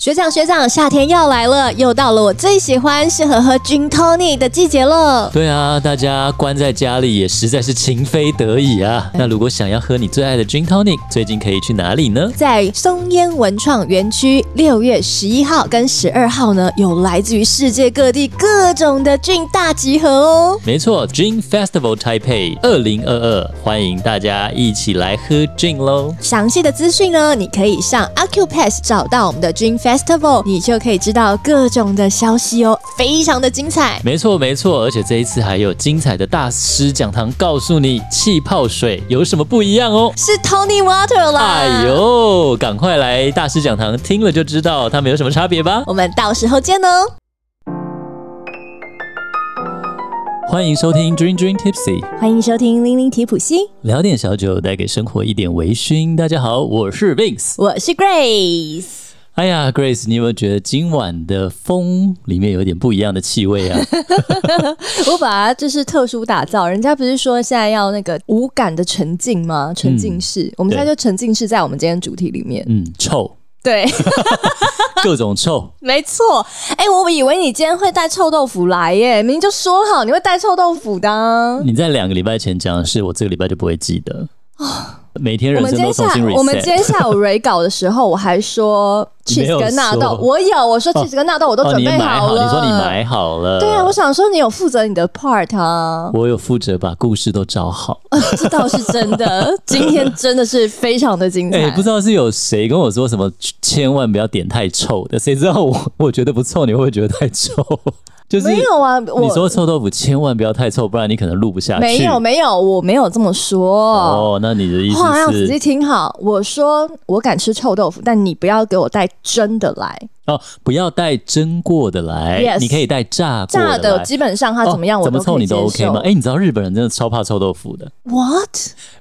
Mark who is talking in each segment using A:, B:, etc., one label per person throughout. A: 学长学长，夏天要来了，又到了我最喜欢适合喝 gin tonic 的季节了。
B: 对啊，大家关在家里也实在是情非得已啊。那如果想要喝你最爱的 gin tonic，最近可以去哪里呢？
A: 在松烟文创园区，六月十一号跟十二号呢，有来自于世界各地各种的 gin 大集合哦。
B: 没错，Gin Festival Taipei 二零二二，欢迎大家一起来喝 gin 喽。
A: 详细的资讯呢，你可以上 Acupass 找到我们的 Dream Festival，你就可以知道各种的消息哦，非常的精彩。
B: 没错没错，而且这一次还有精彩的大师讲堂，告诉你气泡水有什么不一样哦。
A: 是 Tony Water 啦！
B: 哎，呦，赶快来大师讲堂听了就知道它们有什么差别吧。
A: 我们到时候见哦。
B: 欢迎收听 Dream Dream Tipsy，
A: 欢迎收听《零零提普西》，
B: 聊点小酒，带给生活一点微醺。大家好，我是 Vince。
A: 我是 Grace。
B: 哎呀，Grace，你有没有觉得今晚的风里面有点不一样的气味 啊？
C: 我把它就是特殊打造。人家不是说现在要那个无感的沉浸吗？沉浸式，我们现在就沉浸式在我们今天主题里面。
B: 嗯，臭，
C: 对，
B: 各种臭。
C: 没错。哎、我以为你今天会带臭豆腐来耶，明明就说好你会带臭豆腐的啊、
B: 你在两个礼拜前讲的事，我这个礼拜就不会记得。每天
C: 我
B: 人
C: 们今天
B: 生都重
C: 下
B: 新 reset。
C: 哦我们今天下午 re 稿的时候，我还说
B: 你没有
C: cheese 跟纳豆
B: 说，
C: 我有我说
B: 哦
C: cheese 跟纳豆我都
B: 哦，
C: 准
B: 你
C: 备
B: 也买
C: 好
B: 好，
C: 了。
B: 你说你买好了。
C: 对啊，我想说你有负责你的 part 啊，
B: 我有负责把故事都 找好。
C: 这倒是真的。今天真的是非常的精彩。
B: 哎、不知道是有谁跟我说什么，千万不要点太臭的。谁知道我 我觉得不臭，你会不会觉得太臭？ 就是
C: 没有啊，
B: 你
C: 我
B: 说臭豆腐千万不要太臭，不然你可能录不啊下去。
C: 没有没有，我没有这么说。
B: 哦，那你的意
C: 话要
B: 思
C: 仔细
B: 是
C: 听好，我说我敢吃臭豆腐，但你不要给我带真的来，
B: 哦，不要带蒸过的来
C: Yes
B: 你可以带炸过
C: 炸
B: 的
C: 的
B: 来。
C: 基本上它
B: 哦
C: 怎么样我
B: 怎么
C: 都
B: 臭
C: 可
B: 你
C: 以接
B: 都
C: 受。
B: OK 吗？哎、你知道日本人真的超怕臭豆腐的。
C: What？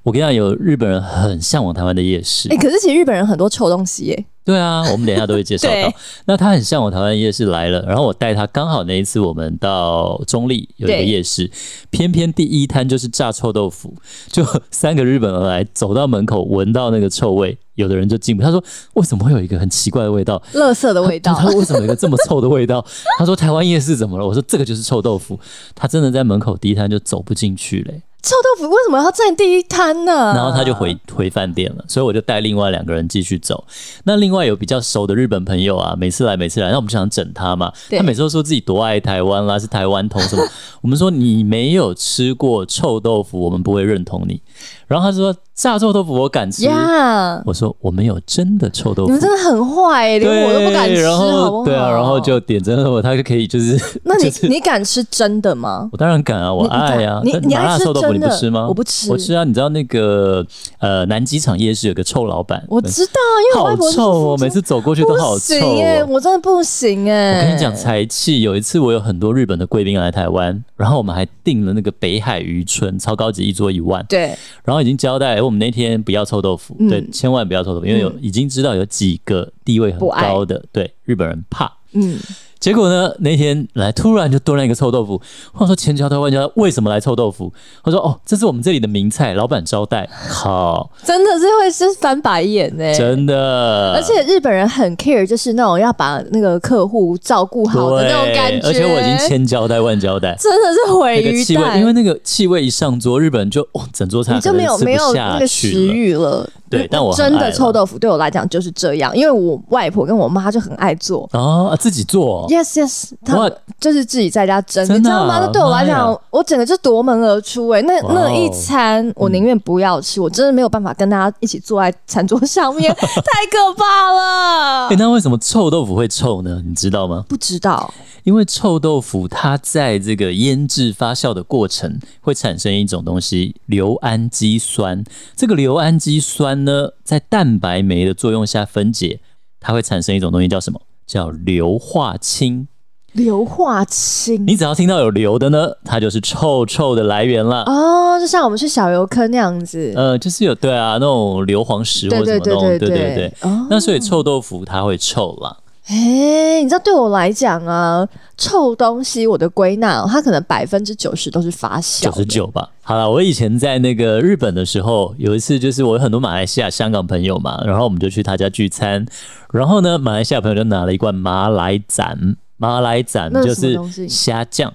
B: 我跟你讲，有日本人很向往台湾的夜市。
C: 哎、可是其实日本人很多臭东西耶。
B: 对啊，我们等一下都会介 绍到
C: 对。
B: 那他很向往台湾夜市来了，然后我带他，刚好那一次我们到中立有一个
C: 对
B: 夜市，偏偏第一摊就是炸臭豆腐，就三个日本人来走到门口，闻到那个臭味，有的人就进不。他说为什么会有一个很奇怪的味道？
C: 垃圾的 味道
B: 他，说为什么有一个这么臭的味道？ 他说台湾夜市怎么了？我说这个就是臭豆腐。他真的在门口第一摊就走不进去嘞、
C: 臭豆腐为什么要占第一摊呢？
B: 然后他就回回饭店了，所以我就带另外两个人继续走。那另外有比较熟的日本朋友啊，每次来每次来，那我们想整他嘛，
C: 对
B: 他每次都说自己多爱台湾啦，是台湾通什么，我们说你没有吃过臭豆腐，我们不会认同你。然后他说炸臭豆腐我敢吃
C: 呀
B: 我说我们有真的臭豆
C: 你
B: 腐
C: 们。真的很坏耶，
B: 对，
C: 连我都不敢吃，
B: 然
C: 好不
B: 后
C: 好？
B: 对啊，然后就点真的，我他就可以就是，
C: 那你、
B: 就是
C: 你敢吃真的吗？
B: 我当然敢啊，我
C: 你你敢
B: 爱啊。
C: 你
B: 但
C: 你
B: 麻
C: 爱
B: 辣
C: 吃
B: 臭豆腐你
C: 真
B: 不
C: 的
B: 吃吗？
C: 我不吃
B: 我吃啊。你知道那个呃南机场夜市有个臭老板，嗯
C: 我知道啊，因为我
B: 好
C: 外婆是
B: 臭
C: 福
B: 哦，
C: 建
B: 每次走过去都好
C: 不
B: 臭
C: 行耶，
B: 哦。
C: 我真的不行哎。
B: 我跟你讲才气，有一次我有很多日本的贵宾来台湾，然后我们还订了那个北海渔村，超高级，一桌一万，
C: 对，
B: 然后已经交代、哎我们那天不要臭豆腐，
C: 嗯
B: 对，千万不要臭豆腐，因为有、已经知道有几个地位很
C: 不爱
B: 高的，对日本人怕。
C: 嗯，
B: 结果呢，那天来突然就端了一个臭豆腐，我想说千交代万交代，为什么来臭豆腐？他说哦，这是我们这里的名菜，老板招待，好，
C: 真的是会是翻白眼呢。
B: 真的，
C: 哎而且日本人很 care，就是那种要把那个客户照顾好的
B: 对
C: 那种感觉。
B: 而且我已经千交代万交代，
C: 真的是毁
B: 那个
C: 于
B: 气
C: 蛋，
B: 味，因为那个气味一上桌，日本人就哦，整桌菜
C: 你就
B: 可
C: 没
B: 能
C: 有
B: 吃不
C: 没有
B: 下
C: 那个
B: 去
C: 食
B: 了。
C: 欲了。
B: 对
C: 嗯
B: 但我很
C: 真
B: 爱
C: 的
B: 了
C: 臭豆腐对我来讲就是这样，因为我外婆跟我妈就很爱做。
B: 哦，啊自己做哦，
C: Yes, yes，他
B: 哇
C: 们就是自己在家蒸，
B: 真
C: 你知
B: 的啊
C: 道吗？那对我来
B: 妈
C: 讲
B: 呀，
C: 我整个就夺门而出哎、那
B: 哇哦
C: 那一餐我宁愿不要吃，我真的没有办法跟大家一起坐在餐桌上
B: 嗯
C: 面， 太可怕了
B: 哎、。那为什么臭豆腐会臭呢？你知道吗？
C: 不知道，
B: 因为臭豆腐它在这个腌制发酵的过程会产生一种东西——硫氨基酸。这个硫氨基酸呢，在蛋白酶的作用下分解，它会产生一种东西叫什么？叫硫化氢。
C: 硫化氢
B: 你只要听到有硫的呢，它就是臭臭的来源了。
C: 哦，就像我们去小油坑那样子，
B: 呃，就是有对啊，那种硫磺石或
C: 对
B: 者什么
C: 对
B: 那种，
C: 对
B: 对
C: 对
B: 对对。
C: 哦，
B: 那所以臭豆腐它会臭啦，
C: 哎、你知道对我来讲啊，臭东西我的归纳哦、它可能百分之九十都是发酵的，
B: 九十九吧。好了，我以前在那个日本的时候，有一次就是我有很多马来西亚、香港朋友嘛，然后我们就去他家聚餐，然后呢，马来西亚朋友就拿了一罐马来盏，马来盏
C: 那
B: 就是
C: 什么
B: 是
C: 东西
B: 虾酱，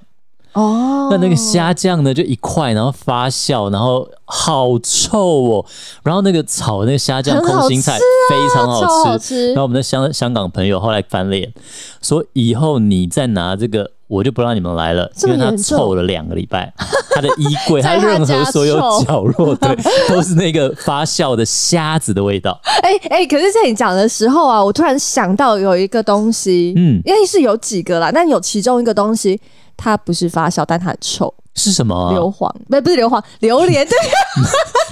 C: 哦。
B: 那那个虾酱呢就一块，然后发酵，然后好臭哦，然后那个炒那个虾酱
C: 很好
B: 空心菜
C: 吃
B: 非常
C: 超
B: 好
C: 好
B: 吃，
C: 吃
B: 然后我们的香香港朋友后来翻脸，说以后你再拿这个，我就不让你们来了，
C: 这
B: 因
C: 么
B: 为他
C: 严重
B: 臭了两个礼拜， 他的衣 柜，他
C: 在他
B: 任
C: 家
B: 何所有
C: 臭
B: 角落，对， 都是那个发酵的虾子的味道。
C: 哎哎、可是，在你讲的时候啊，我突然想到有一个东西，
B: 嗯
C: 因为是有几个啦，但有其中一个东西，它不是发酵，但它很臭，
B: 是什么、啊？
C: 硫磺，不、不是硫磺，榴莲，对，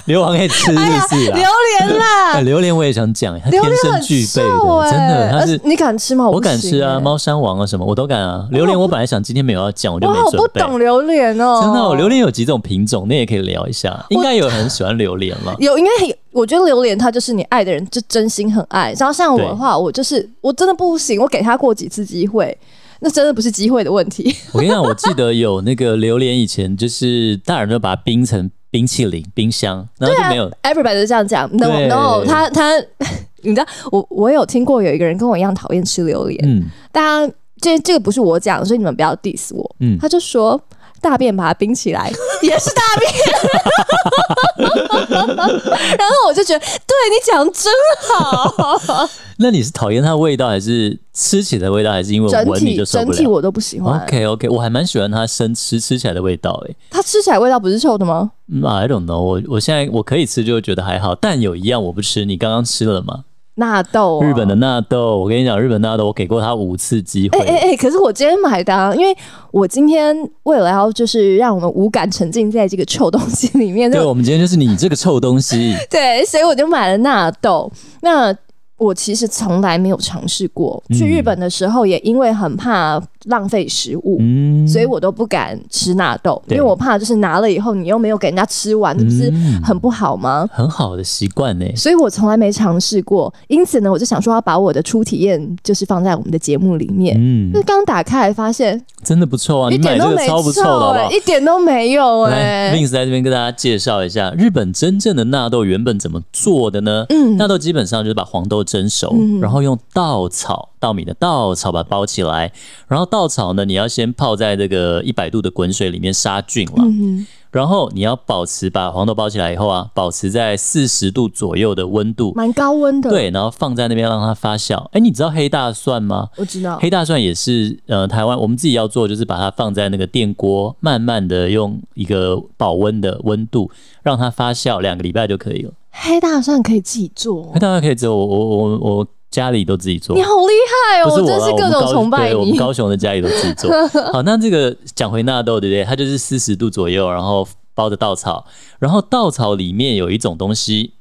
B: 硫磺可以吃，是不是
C: 榴
B: 啊？
C: 莲
B: 哎
C: 啦，
B: 榴莲我也想讲，它
C: 榴
B: 天
C: 莲
B: 生
C: 很
B: 具备
C: 臭
B: 的，
C: 哎、
B: 真的，它
C: 而
B: 是
C: 且。你敢吃吗？我
B: 我
C: 不
B: 敢
C: 行
B: 吃啊，
C: 哎
B: 猫山王啊什么我都敢啊。榴莲我本来想今天没有要讲，我就
C: 我
B: 没
C: 好不
B: 准备。
C: 懂榴莲哦，
B: 真的、哦，榴莲有几种品种，那也可以聊一下。应该有人很喜欢榴莲了。
C: 有，应该有。我觉得榴莲它就是你爱的人就真心很爱，然后像我的话，我就是我真的不行，我给他过几次机会，那真的不是机会的问题。
B: 我跟你讲，我记得有那个榴莲，以前就是大人就把它冰成冰淇淋、冰箱，然后就没有。
C: Everybody 都这样讲，No
B: 对
C: No，他他， 你知道我我有听过有一个人跟我一样讨厌吃榴莲，
B: 嗯，
C: 当然这这个不是我讲，所以你们不要 diss 我。
B: 嗯
C: 他就说大便把它冰起来 也是大便， 然后我就觉得对你讲得真好，
B: 那你是讨厌它的味道，还是吃起来的味道，还是因为
C: 整
B: 闻你
C: 体
B: 就受
C: 整
B: 不
C: 体
B: 了哦
C: 我都不喜欢。
B: ？OK OK，我还蛮喜欢它生吃吃起来的味道诶、
C: 它吃起来味道不是臭的吗？
B: 嗯 I don't know，我我现在我可以吃就觉得还好，但有一样我不吃，你刚刚吃了吗？
C: 纳豆、
B: 日本的。纳豆，我跟你讲，日本纳豆我给过它五次机会
C: 哎。哎哎！可是我今天买的、啊，因为我今天为了要就是让我们无感沉浸在这个臭东西里面，
B: 对，我们今天就是你这个臭东 西，
C: 对，所以我就买了纳豆。那我其实从来没有尝试过，去
B: 嗯
C: 日本的时候也因为很怕浪费食物。
B: 嗯，
C: 所以我都不敢吃纳豆，因
B: 对
C: 为我怕就是拿了以后你又没有给人家吃完，这不是
B: 嗯
C: 很不好吗？
B: 很好的习惯欸呢。
C: 所以我从来没尝试过，因此呢，我就想说要把我的初体验就是放在我们的节目里面。
B: 嗯
C: 那、，刚打开来发现
B: 真的不臭啊！
C: 一
B: 你买
C: 点
B: 这
C: 都
B: 个
C: 没
B: 超不臭的，好不
C: 哎、
B: 好？
C: 一点都没有哎、
B: 来，Vince 在这边跟大家介绍一下，日本真正的纳豆原本怎么做的呢？
C: 嗯
B: 纳豆基本上就是把黄豆蒸熟，
C: 嗯
B: 然后用稻草、稻米的稻草把它包起来，然后稻草呢，你要先泡在这个一百度的滚水里面杀菌了，
C: 嗯
B: 然后你要保持把黄豆包起来以后啊，保持在四十度左右的温度
C: 哼，，蛮高温的。，
B: 对，然后放在那边让它发酵。哎，你知道黑大蒜吗？
C: 我知道。
B: 黑大蒜也是，呃，台湾我们自己要做，就是把它放在那个电锅，慢慢的用一个保温的温度让它发酵两个礼拜就可以了。
C: 黑大蒜可以自己做哦
B: 黑，大蒜可以只有我我我我家里都自己做
C: 你，好厉害哦！
B: 不是我
C: 真
B: 啊，
C: 是
B: 我
C: 各
B: 们
C: 种
B: 高
C: 崇拜
B: 对我们
C: 你。
B: 高雄的家里都自己 做。好，那这个讲回纳豆，对不对？它就是四十度左右，然后包着稻草，然后稻草里面有一种东西，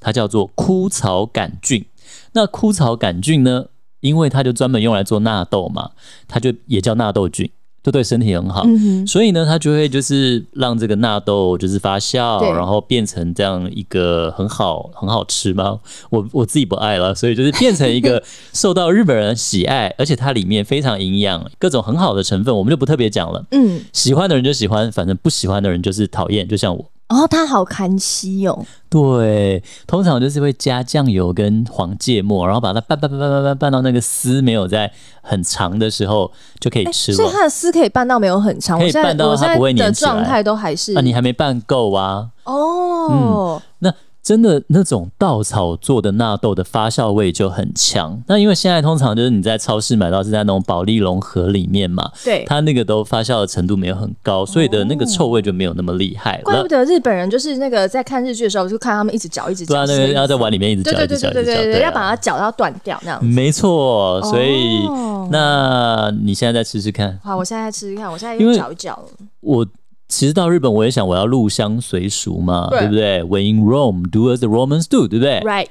B: 它叫做枯草杆菌。那枯草杆菌呢，因为它就专门用来做纳豆嘛，它就也叫纳豆菌，就对身体很好。
C: 嗯哼，
B: 所以呢，它就会就是让这个纳豆就是发酵
C: 对，
B: 然后变成这样一个很好很好吃吗？我我自己不爱了，所以就是变成一 个受到日本人喜爱，而且它里面非常营养，各种很好的成分，我们就不特别讲了。
C: 嗯，
B: 喜欢的人就喜欢，反正不喜欢的人就是讨厌，就像我。
C: 然后哦它好看惜哦，
B: 对，通常就是会加酱油跟黄芥末，然后把它拌拌拌拌拌拌拌到那个丝没有在很长的时候就可以吃
C: 哎所
B: 了
C: 以。它的丝可以拌到没有很长。
B: 可以
C: 我现在
B: 拌到
C: 我现
B: 它不会
C: 在的
B: 粘起来
C: 状态都还是
B: 啊那、你嗯还没拌够啊？
C: 哦，
B: 那真的那种稻草做的纳豆的发酵味就很强。那因为现在通常就是你在超市买到是在那种保利龙盒里面嘛，
C: 对。
B: 它那个都发酵的程度没有很高，所以的那个臭味就没有那么厉害
C: 怪不
B: 了。
C: 得日本人就是那个在看日剧的时候，就看他们一直嚼一直嚼，
B: 对啊，那个
C: 所以
B: 要在碗里面一直
C: 对
B: 搅，
C: 对
B: 一
C: 对
B: 直搅，
C: 对
B: 一
C: 对
B: 直搅，
C: 对对，
B: 啊嗯
C: 要把它哦搅到断掉那样子。
B: 没错，所以、
C: 哦
B: 那你现在再吃吃看。
C: 好，我现在吃吃看，我现在
B: 因为
C: 嚼一嚼了。
B: 我其实到日本，我也想我要入乡随俗嘛，
C: 对
B: 对不对？When in Rome, do as the Romans do，对不对
C: Right，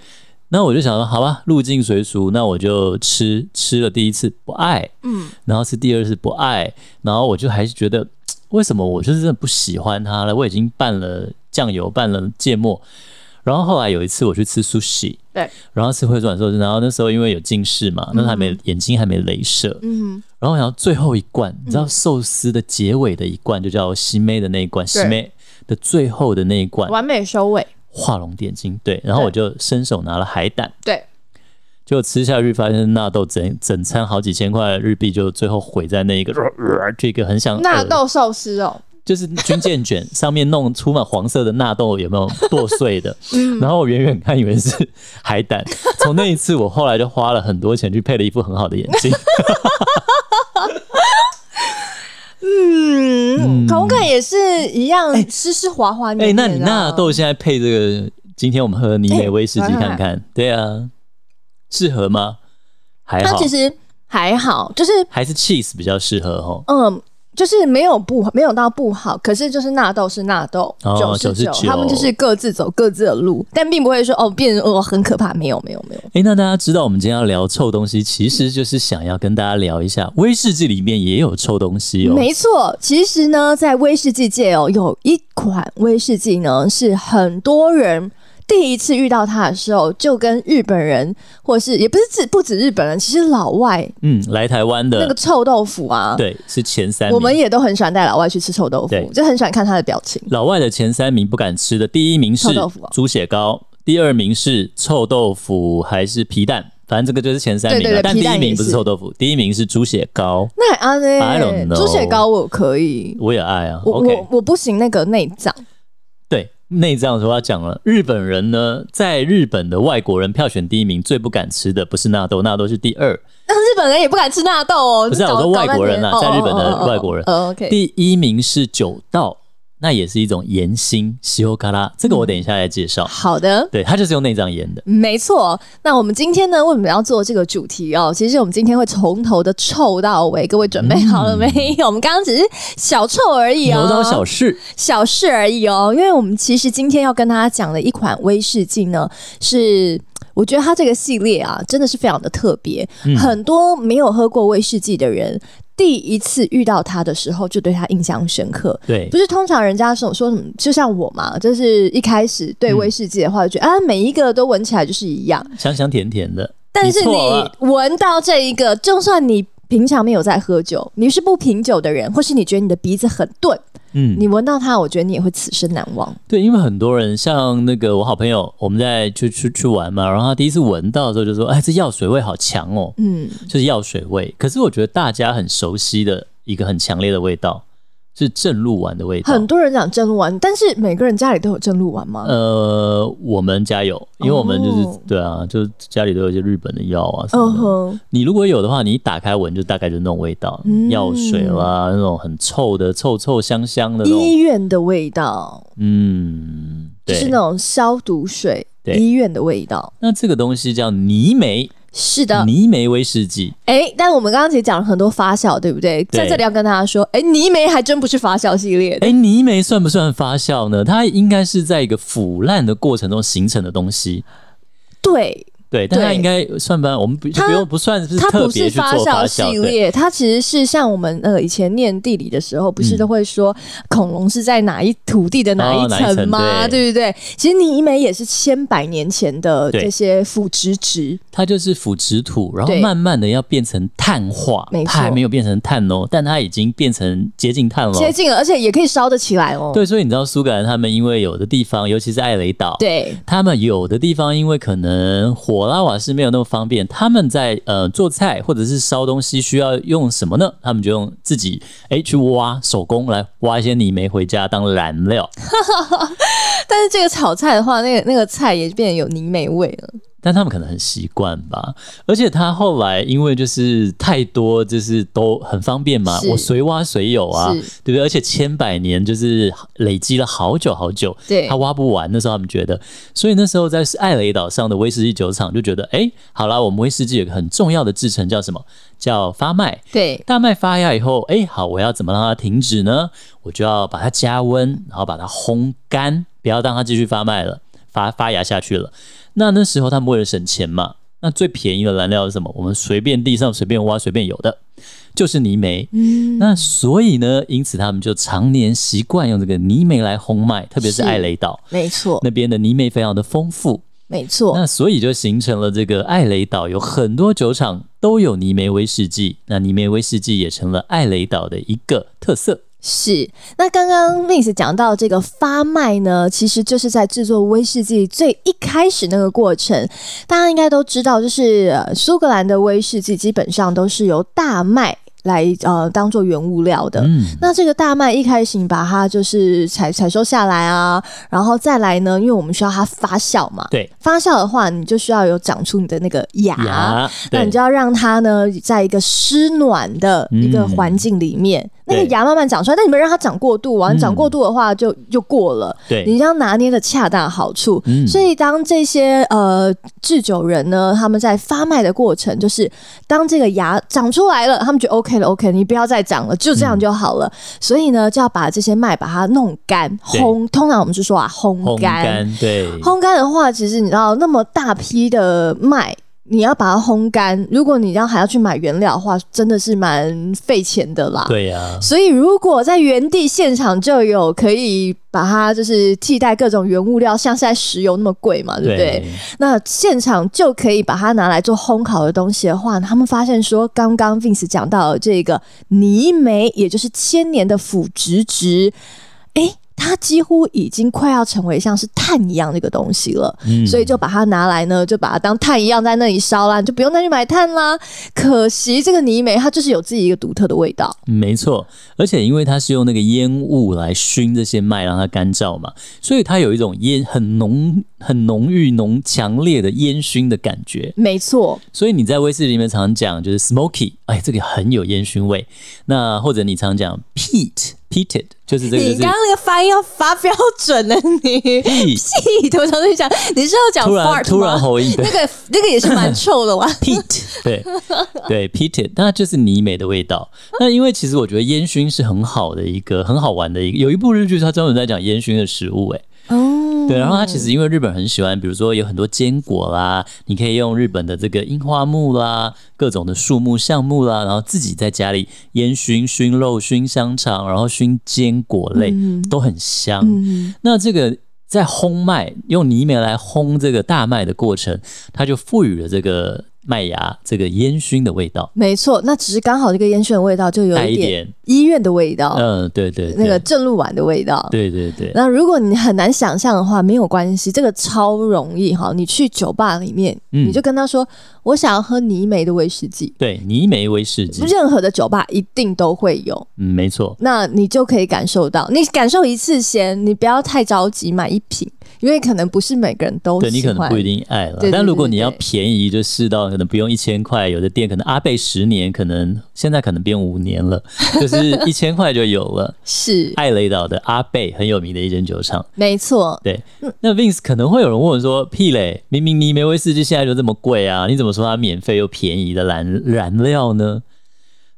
B: 那我就想说，好吧，入境随俗，那我就吃吃了第一次不爱，
C: 嗯，
B: 然后吃第二次不爱，然后我就还是觉得为什么我就是真的不喜欢它了？我已经拌了酱油，拌了芥末，然后后来有一次我去吃 sushi，
C: 对，
B: 然后吃回转寿司，然后那时候因为有近视嘛，那时候还没、眼睛还没镭射，
C: 嗯，
B: 然后我想到最后一罐，你知道寿司的结尾的一罐就叫西妹的那一罐，西妹的最后的那一罐
C: 完美收尾，
B: 画龙点睛，对，然后我就伸手拿了海胆，
C: 对，
B: 结果吃下去发现纳豆整整餐好几千块的日币，就最后毁在那一个、呃、这个很想
C: 纳
B: 呃
C: 豆寿司哦，
B: 就是军舰卷 上面弄出满黄色的纳豆，有没有剁碎 的？
C: 嗯
B: 然后我远远看以为是海胆。从那一次，我后来就花了很多钱去配了一副很好的眼 镜。
C: 嗯，口感也是一样，湿湿滑滑
B: 哎、
C: 黏
B: 那
C: 黏
B: 你
C: 啊
B: 纳豆现在配这个，今天我们喝尼美威士忌看
C: 哎
B: 看，对啊，适合吗？还
C: 它
B: 好
C: 其，实还好，就是
B: 还是 cheese 比较适合哦。
C: 嗯。就是没有不没有到不好，可是就是纳豆是纳豆，
B: 哦
C: 十九，
B: 99
C: 他们就是各自走各自的路，但并不会说哦变哦很可怕，没有没有没有，
B: 哎、那大家知道我们今天要聊臭东西，其实就是想要跟大家聊一下，威士忌里面也有臭东西哦。
C: 没错，其实呢，在威士忌界哦，有一款威士忌呢，是很多人第一次遇到它的时候，就跟日本人，或是也不是只不止日本人，其实老外
B: 嗯，来台湾的、
C: 那个臭豆腐啊，
B: 对是前三名。
C: 我们也都很喜欢带老外去吃臭豆
B: 对
C: 腐，就很喜欢看他的表情。
B: 老外的前三名不敢吃的，第一名是
C: 臭豆腐哦
B: 猪血糕，第二名是臭豆腐还是皮蛋，反正这个就是前三名了。
C: 对对对
B: 但第
C: 皮蛋
B: 一名
C: 也
B: 不是
C: 是
B: 臭豆腐，第一名是猪血糕，
C: 那还安
B: I don't
C: 呢？
B: know
C: 猪血糕我可以，
B: 我也爱啊。
C: 我
B: OK，
C: 我我不行那个内脏，
B: 对。内脏说要讲了，日本人呢，在日本的外国人票选第一名最不敢吃的不是纳豆，纳豆是第二，
C: 但日本人也不敢吃纳豆哦。
B: 不是啊
C: 搞
B: 我说外国人啊
C: 搞半
B: 在
C: 天
B: 日本的外国人
C: 哦哦哦哦哦 OK，
B: 第一名是酒道，那也是一种盐辛西欧卡拉，这个我等一下来介绍。
C: 好的。
B: 对，它就是用内脏腌的。
C: 没错，那我们今天呢，为什么要做这个主题哦？其实我们今天会从头的臭到尾，各位准备好了没
B: 嗯
C: 有？我们刚刚只是小臭而已哦，
B: 牛刀小试，
C: 小事而已哦。因为我们其实今天要跟大家讲的一款威士忌呢，是我觉得它这个系列啊，真的是非常的特别，
B: 嗯
C: 很多没有喝过威士忌的人。第一次遇到它的时候，就对它印象深刻。
B: 对
C: 不，是通常人家说说什么，就像我嘛，就是一开始对威士忌的话，就觉得、啊，每一个都闻起来就是一样。
B: 香香甜甜的。
C: 但是
B: 错
C: 你
B: 了
C: 闻到这一个，就算你平常没有在喝酒，你是不品酒的人，或是你觉得你的鼻子很钝，
B: 嗯，
C: 你闻到它，我觉得你也会此生难忘。
B: 对，因为很多人像那个我好朋友，我们在去去去玩嘛，然后他第一次闻到的时候就说：“哎，这药水味好强哦，
C: 嗯，
B: 就是药水味。”可是我觉得大家很熟悉的一个很强烈的味道是正露丸的味道。
C: 很多人讲正露丸，但是每个人家里都有正露丸吗？
B: 呃，我们家有，因为我们就是、
C: 哦
B: 对啊，就是家里都有一些日本的药啊什么
C: 嗯
B: 的。
C: 哼，
B: 你如果有的话，你一打开闻就大概就是那种味道，
C: 嗯
B: 药水啦，那种很臭的、臭臭香香的那
C: 医
B: 种，
C: 院的味道
B: 嗯，
C: 就
B: 对。
C: 是那种消毒水，
B: 对
C: 医院的味道。
B: 那这个东西叫泥煤，
C: 是的，
B: 泥煤威士忌。
C: 哎，但我们刚刚其实讲了很多发酵，对不对？
B: 对
C: 在这里要跟大家说，哎，泥煤还真不是发酵系列的。
B: 哎，泥煤算不算发酵呢？它应该是在一个腐烂的过程中形成的东西，
C: 对，
B: 对，但它
C: 对
B: 应该算不算？我们不
C: 它
B: 不用不算是
C: 它
B: 特
C: 不
B: 别
C: 是
B: 去做
C: 发酵
B: 酵，
C: 系
B: 对，
C: 列，它其实是像我们呃以前念地理的时候，不是都会说恐龙是在哪一土地的哪
B: 嗯哦
C: 一
B: 哪一层
C: 层吗？对
B: 对
C: 不对？其实泥煤也是千百年前的
B: 对
C: 这些腐殖质，
B: 它就是腐殖土，然后
C: 对
B: 慢慢的要变成碳化
C: 没，错
B: 它还没有变成碳哦，但它已经变成接近碳了。哦
C: 接近了，而且也可以烧得起来哦。
B: 对，所以你知道苏格兰他们因为有的地方，尤其是艾雷岛，
C: 对
B: 他们有的地方因为可能火拉瓦是没有那么方便，他们在呃做菜或者是烧东西需要用什么呢？他们就用自己哎去挖手工来挖一些泥煤回家当燃料，
C: 但是这个炒菜的话，那个那个菜也变得有泥煤味了。
B: 但他们可能很习惯吧。而且他后来因为就是太多就是都很方便嘛，
C: 是
B: 我随挖随有啊，对
C: 是
B: 不对？而且千百年就是累积了好久好久，
C: 对
B: 他挖不完。那时候他们觉得，所以那时候在艾雷岛上的威士忌酒厂就觉得，哎，好啦，我们威士忌有个很重要的制成叫什么？叫发麦。
C: 对，
B: 大麦发芽以后，哎，好，我要怎么让它停止呢？我就要把它加温，然后把它烘干，不要让它继续发麦了，发发芽下去了。那那时候他们为了省钱嘛，那最便宜的燃料是什么？我们随便地上随便挖随便有的，就是泥煤。那所以呢，因此他们就常年习惯用这个泥煤来烘麦，特别
C: 是
B: 是艾雷岛
C: 没错，
B: 那边的泥煤非常的丰富。
C: 没错，
B: 那所以就形成了这个艾雷岛有很多酒厂都有泥煤威士忌，那泥煤威士忌也成了艾雷岛的一个特色。
C: 是。那刚刚 Miss 讲到这个发麦呢，其实就是在制作威士忌最一开始那个过程。大家应该都知道，就是、呃苏格兰的威士忌基本上都是由大麦来呃当做原物料的。
B: 嗯，
C: 那这个大麦一开始你把它就是采采收下来啊，然后再来呢，因为我们需要它发酵嘛。
B: 对，
C: 发酵的话，你就需要有长出你的那个芽，
B: 牙，
C: 那
B: 对
C: 你就要让它呢，在一个湿暖的一个环境里面，那个
B: 嗯对嗯
C: 芽慢慢长出来。但你没让它长过度啊，你长过度的话就就过了。
B: 对，
C: 你要拿捏的恰到好处。
B: 嗯
C: 所以当这些呃制酒人呢，他们在发卖的过程，就是当这个芽长出来了，他们就 OK 了，OK，你不要再长了，就这样就好了。所以呢，就要把这些麦把它弄干，
B: 对
C: 烘。通常我们是说啊，烘
B: 烘
C: 干。
B: 干，对，
C: 烘干的话，其实你知道那么大批的麦。你要把它烘干，如果你要还要去买原料的话，真的是蛮费钱的啦。
B: 对呀，
C: 所以，如果在原地现场就有可以把它就是替代各种原物料，像现在石油那么贵嘛，对不对？
B: 对，
C: 那现场就可以把它拿来做烘烤的东西的话，他们发现说，刚刚 Vince 讲到的这个泥煤，也就是千年的腐殖质，诶，它几乎已经快要成为像是碳一样这个东西了。
B: 嗯
C: 所以就把它拿来呢，就把它当炭一样在那里烧啦，你就不用再去买炭啦。可惜这个泥煤它就是有自己一个独特的味道。
B: 没错，而且因为它是用那个烟雾来熏这些麦，让它干燥嘛，所以它有一种烟很浓、很浓郁、浓强烈的烟熏的感觉。
C: 没错，
B: 所以你在威士忌里面常讲就是 smoky，哎，这个很有烟熏味。那或者你常讲 peat peated，就是这个
C: 你
B: 就是
C: 刚刚那个发音要发标准了，你
B: peat，
C: 屁！我想在想，你是要讲
B: 突
C: fart 吗
B: 然突然 喉音，对
C: 那个那个也是蛮臭的哇。
B: peat，对对 peated，那就是泥煤的味道。那因为其实我觉得烟熏是很好的一个很好玩的一个，有一部日剧它专门在讲烟熏的食物、哎。
C: 哦，
B: 对，然后它其实因为日本很喜欢，比如说有很多坚果啦，你可以用日本的这个樱花木啦、各种的树木、橡木啦，然后自己在家里烟熏、熏肉、熏香肠，然后熏坚果类，都很香。
C: 嗯，
B: 那这个在烘麦，用泥煤来烘这个大麦的过程，它就赋予了这个麦芽这个烟熏的味道，
C: 没错，那只是刚好这个烟熏的味道就有
B: 带一
C: 一点
B: 点，
C: 医院的味道，
B: 嗯，对对对，
C: 那个正露丸的味道。
B: 对对对，
C: 那如果你很难想象的话，没有关系，这个超容易哈。你去酒吧里面，
B: 嗯
C: 你就跟他说，我想要喝泥煤的威士忌，
B: 对泥煤威士忌，
C: 任何的酒吧一定都会有。
B: 嗯，没错，
C: 那你就可以感受到，你感受一次先，你不要太着急买一瓶，因为可能不是每个人都喜
B: 对
C: 欢。
B: 你可能不一定爱了
C: 对，对
B: 但如果你
C: 对对
B: 要
C: 对
B: 便宜，就试到可能不用一千块，有的店可能阿贝十年，可能现在可能变五 年了，就是一千块就有了。
C: 是
B: 艾雷岛的阿贝很有名的一间酒厂，
C: 没错，
B: 对。那 Vince 可能会有人问我说：“屁嘞，明明泥煤威士忌现在就这么贵啊，你怎么说它免费又便宜的燃燃料呢？”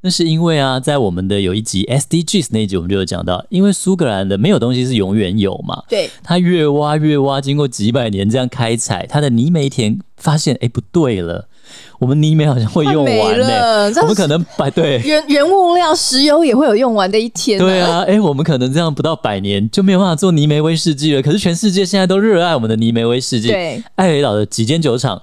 B: 那是因为啊，在我们的有一集 SDGs 那一集，我们就有讲到，因为苏格兰的没有东西是永远有嘛，
C: 对，
B: 他越挖越挖，经过几百年这样开采，他的泥煤田发现，哎、不对了，我们泥煤好像会
C: 快
B: 用
C: 没
B: 完呢、欸
C: 了，这样
B: 我们可能百对
C: 原原物料石油也会有用完的一天、
B: 对，啊，哎、我们可能这样不到百年就没有办法做泥煤威士忌了。可是全世界现在都热爱我们的泥煤威士忌，
C: 对，
B: 艾雷岛的几间酒厂，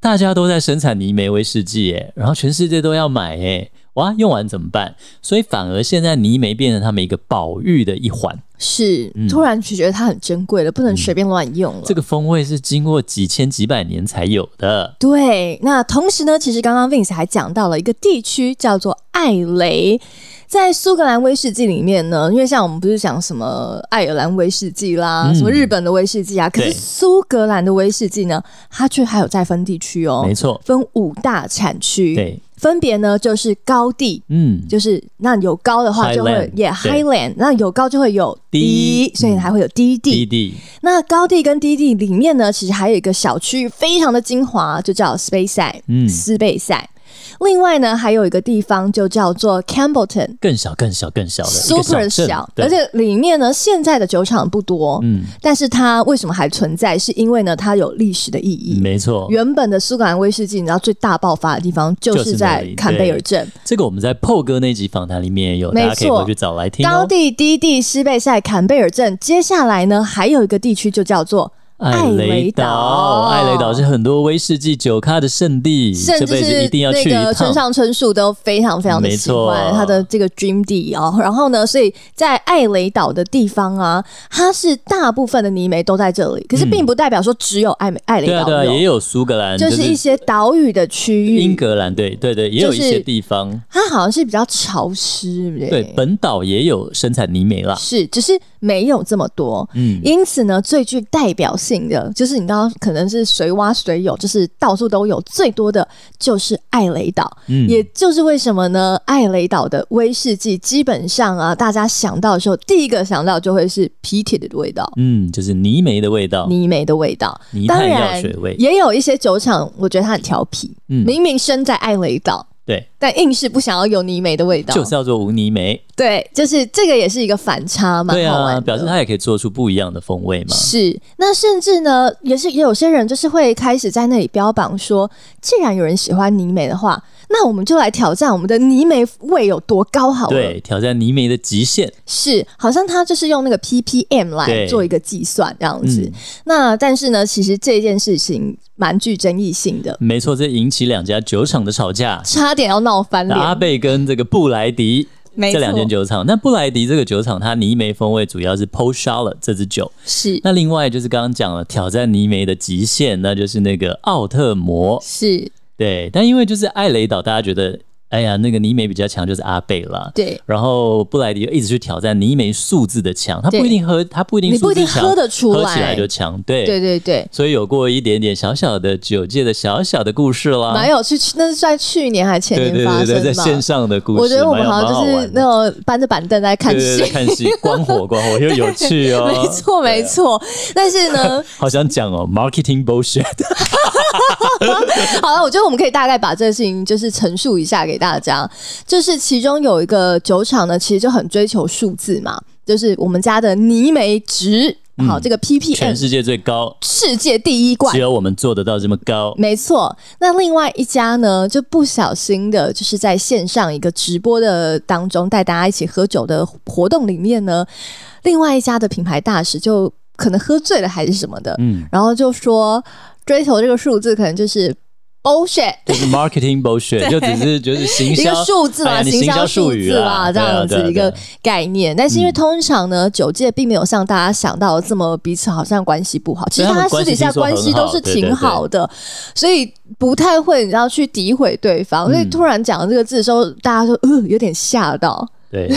B: 大家都在生产泥煤威士忌，哎，然后全世界都要买，哎，哇，用完怎么办？所以反而现在泥煤变成他们一个保育的一环。
C: 是、
B: 嗯
C: 突然就觉得它很珍贵了，不能随便乱用了。
B: 这个风味是经过几千几百年才有的。
C: 对，那同时呢，其实刚刚 Vince 还讲到了一个地区叫做艾雷，在苏格兰威士忌里面呢，因为像我们不是讲什么爱尔兰威士忌啦，
B: 嗯
C: 什么日本的威士忌啊，可
B: 对
C: 是苏格兰的威士忌呢，它却还有再分地区哦
B: 没，错，
C: 分五大产区，，
B: 对，
C: 分别呢就是高地。
B: 嗯，
C: 就是那有高的话就会
B: Highland，
C: 也
B: 对
C: Highland，那有高就会有
B: 低嗯
C: 低，所以还会有低地。
B: 弟弟，
C: 那高地跟低地里面呢，其实还有一个小区域非常的精华，就叫斯贝塞，
B: 嗯
C: 斯贝塞。另外呢，还有一个地方就叫做 Campbellton，
B: 更小、更小、更小的哦一个
C: ，super
B: 镇
C: 小，
B: 对
C: 而且里面呢，现在的酒厂不多，
B: 嗯，
C: 但是它为什么还存在？是因为呢，它有历史的意义。
B: 没错，
C: 原本的苏格兰威士忌，你知道最大爆发的地方就
B: 就是
C: 是
B: 那
C: 在
B: 里
C: 坎贝尔镇，
B: 这个我们在 PO 哥那集访谈里面也有，
C: 没错
B: 大家可以回去找来听
C: 高
B: 哦。
C: 地、低地、西贝塞、坎贝尔镇。接下来呢，还有一个地区就叫做
B: 艾雷岛，
C: 艾雷岛
B: 艾雷岛是很多威士忌酒咖的圣地，
C: 甚
B: 嗯这
C: 至
B: 辈子
C: 是
B: 一定要
C: 那
B: 去
C: 个
B: 一
C: 村
B: 趟。
C: 上春树都非常非常的喜
B: 没
C: 欢
B: 错
C: 他的这个 dream 地哦。然后呢，所以在艾雷岛的地方啊，它是大部分的泥煤都在这里，可是
B: 嗯
C: 并不代表说只有艾美艾雷
B: 对啊，
C: 岛
B: 对啊，也
C: 有，
B: 有苏格兰，
C: 就是一些岛屿的区
B: 英
C: 域，
B: 格兰，对对对，也有一
C: 就是
B: 些地方，
C: 它好像是比较潮湿，对不
B: 对本岛也有生产泥煤啦。
C: 是，只是没有这么多。
B: 嗯，
C: 因此呢，最具代表性的就是你知道，可能是随挖随有，就是到处都有，最多的就是艾雷岛。
B: 嗯
C: 也就是为什么呢？艾雷岛的威士忌基本上啊，大家想到的时候，第一个想到就会是皮铁的味道。
B: 嗯，就是泥煤的味道，
C: 泥煤的味道，
B: 嗯泥
C: 当
B: 炭药
C: 然
B: 水味。
C: 也有一些酒厂，我觉得它很调皮，
B: 嗯，
C: 明明身在艾雷岛，
B: 对，
C: 但硬是不想要有泥煤的味道。
B: 就是要做无泥煤。
C: 对，就是这个也是一个反差，蛮
B: 对
C: 好玩
B: 啊，
C: 的。
B: 表示它也可以做出不一样的风味嘛。
C: 是，那甚至呢，也是也有些人就是会开始在那里标榜说，既然有人喜欢泥煤的话，那我们就来挑战我们的泥煤味有多高好了。
B: 对，挑战泥煤的极限。
C: 是，好像他就是用那个 ppm 来
B: 对
C: 做一个计算这样子。
B: 嗯，
C: 那但是呢，其实这件事情蛮具争议性的，
B: 没错，这引起两家酒厂的吵架。
C: 差点要闹翻
B: 那
C: 脸。
B: 阿贝跟这个布莱迪
C: 没
B: 啊这
C: 错，
B: 两间酒厂，那布莱迪这个酒厂，它泥煤风味主要是 p o s h a l e 这支酒。
C: 是
B: 那另外就是刚刚讲了挑战泥煤的极限，那就是那个奥特摩。
C: 是，
B: 对，但因为就是艾雷岛，大家觉得哎呀，那个泥煤比较强，就是阿贝啦。
C: 对。
B: 然后布莱迪就一直去挑战泥煤素质的强，他不
C: 对
B: 一定喝，他不一定
C: 你不
B: 素
C: 一
B: 质
C: 定
B: 强，
C: 喝得出
B: 喝
C: 来，
B: 起来就强，对。
C: 对对对，
B: 所以有过一点点小小的酒界的小小的故事啦，
C: 蛮有趣。那是在去年还是前
B: 对啊对
C: 年发
B: 对
C: 生的
B: 对，
C: 嘛？
B: 在线上的故事，
C: 我觉得我们好像
B: 蛮
C: 就是
B: 有蛮好玩的
C: 那种搬着板凳在看
B: 对对对
C: 戏，
B: 看戏，光火光火又有趣哦，
C: 没错没错。但是呢，
B: 好想讲哦，marketing bullshit，
C: 好了，我觉得我们可以大概把这个事情就是陈述一下给大家。就是其中有一个酒厂呢，其实就很追求数字嘛，就是我们家的泥煤值，好，这个
B: 全
C: ppm
B: 世界最高，
C: 世界第一冠
B: 只。有我们做得到这么高。
C: 没错，那另外一家呢，就不小心的，就是在线上一个直播的呃当中，带大家一起喝酒的活动里面呢，另外一家的品牌大使就可能喝醉了还是什么的，
B: 嗯，
C: 然后就说追求这个数字可能就是 bullshit，
B: 就是 marketing bullshit，就只是就是行
C: 一
B: 销
C: 个数字
B: 哎
C: 啦，
B: 呀你
C: 行
B: 行销
C: 销
B: 术
C: 数
B: 语
C: 字
B: 啦，
C: 啦，这
B: 对啊
C: 样
B: 对啊
C: 子一
B: 对啊
C: 个概念。但是因为通常呢，酒界并没有像大家想到的这么彼此好像关系不好，其
B: 对
C: 实
B: 他们
C: 大家私底下
B: 关
C: 关
B: 系
C: 系
B: 听说
C: 都
B: 很好
C: 是挺好的，所以不太会你知道去诋毁对方。所以
B: 嗯
C: 突然讲这个字的时候，大家就呃有点吓到。
B: 对，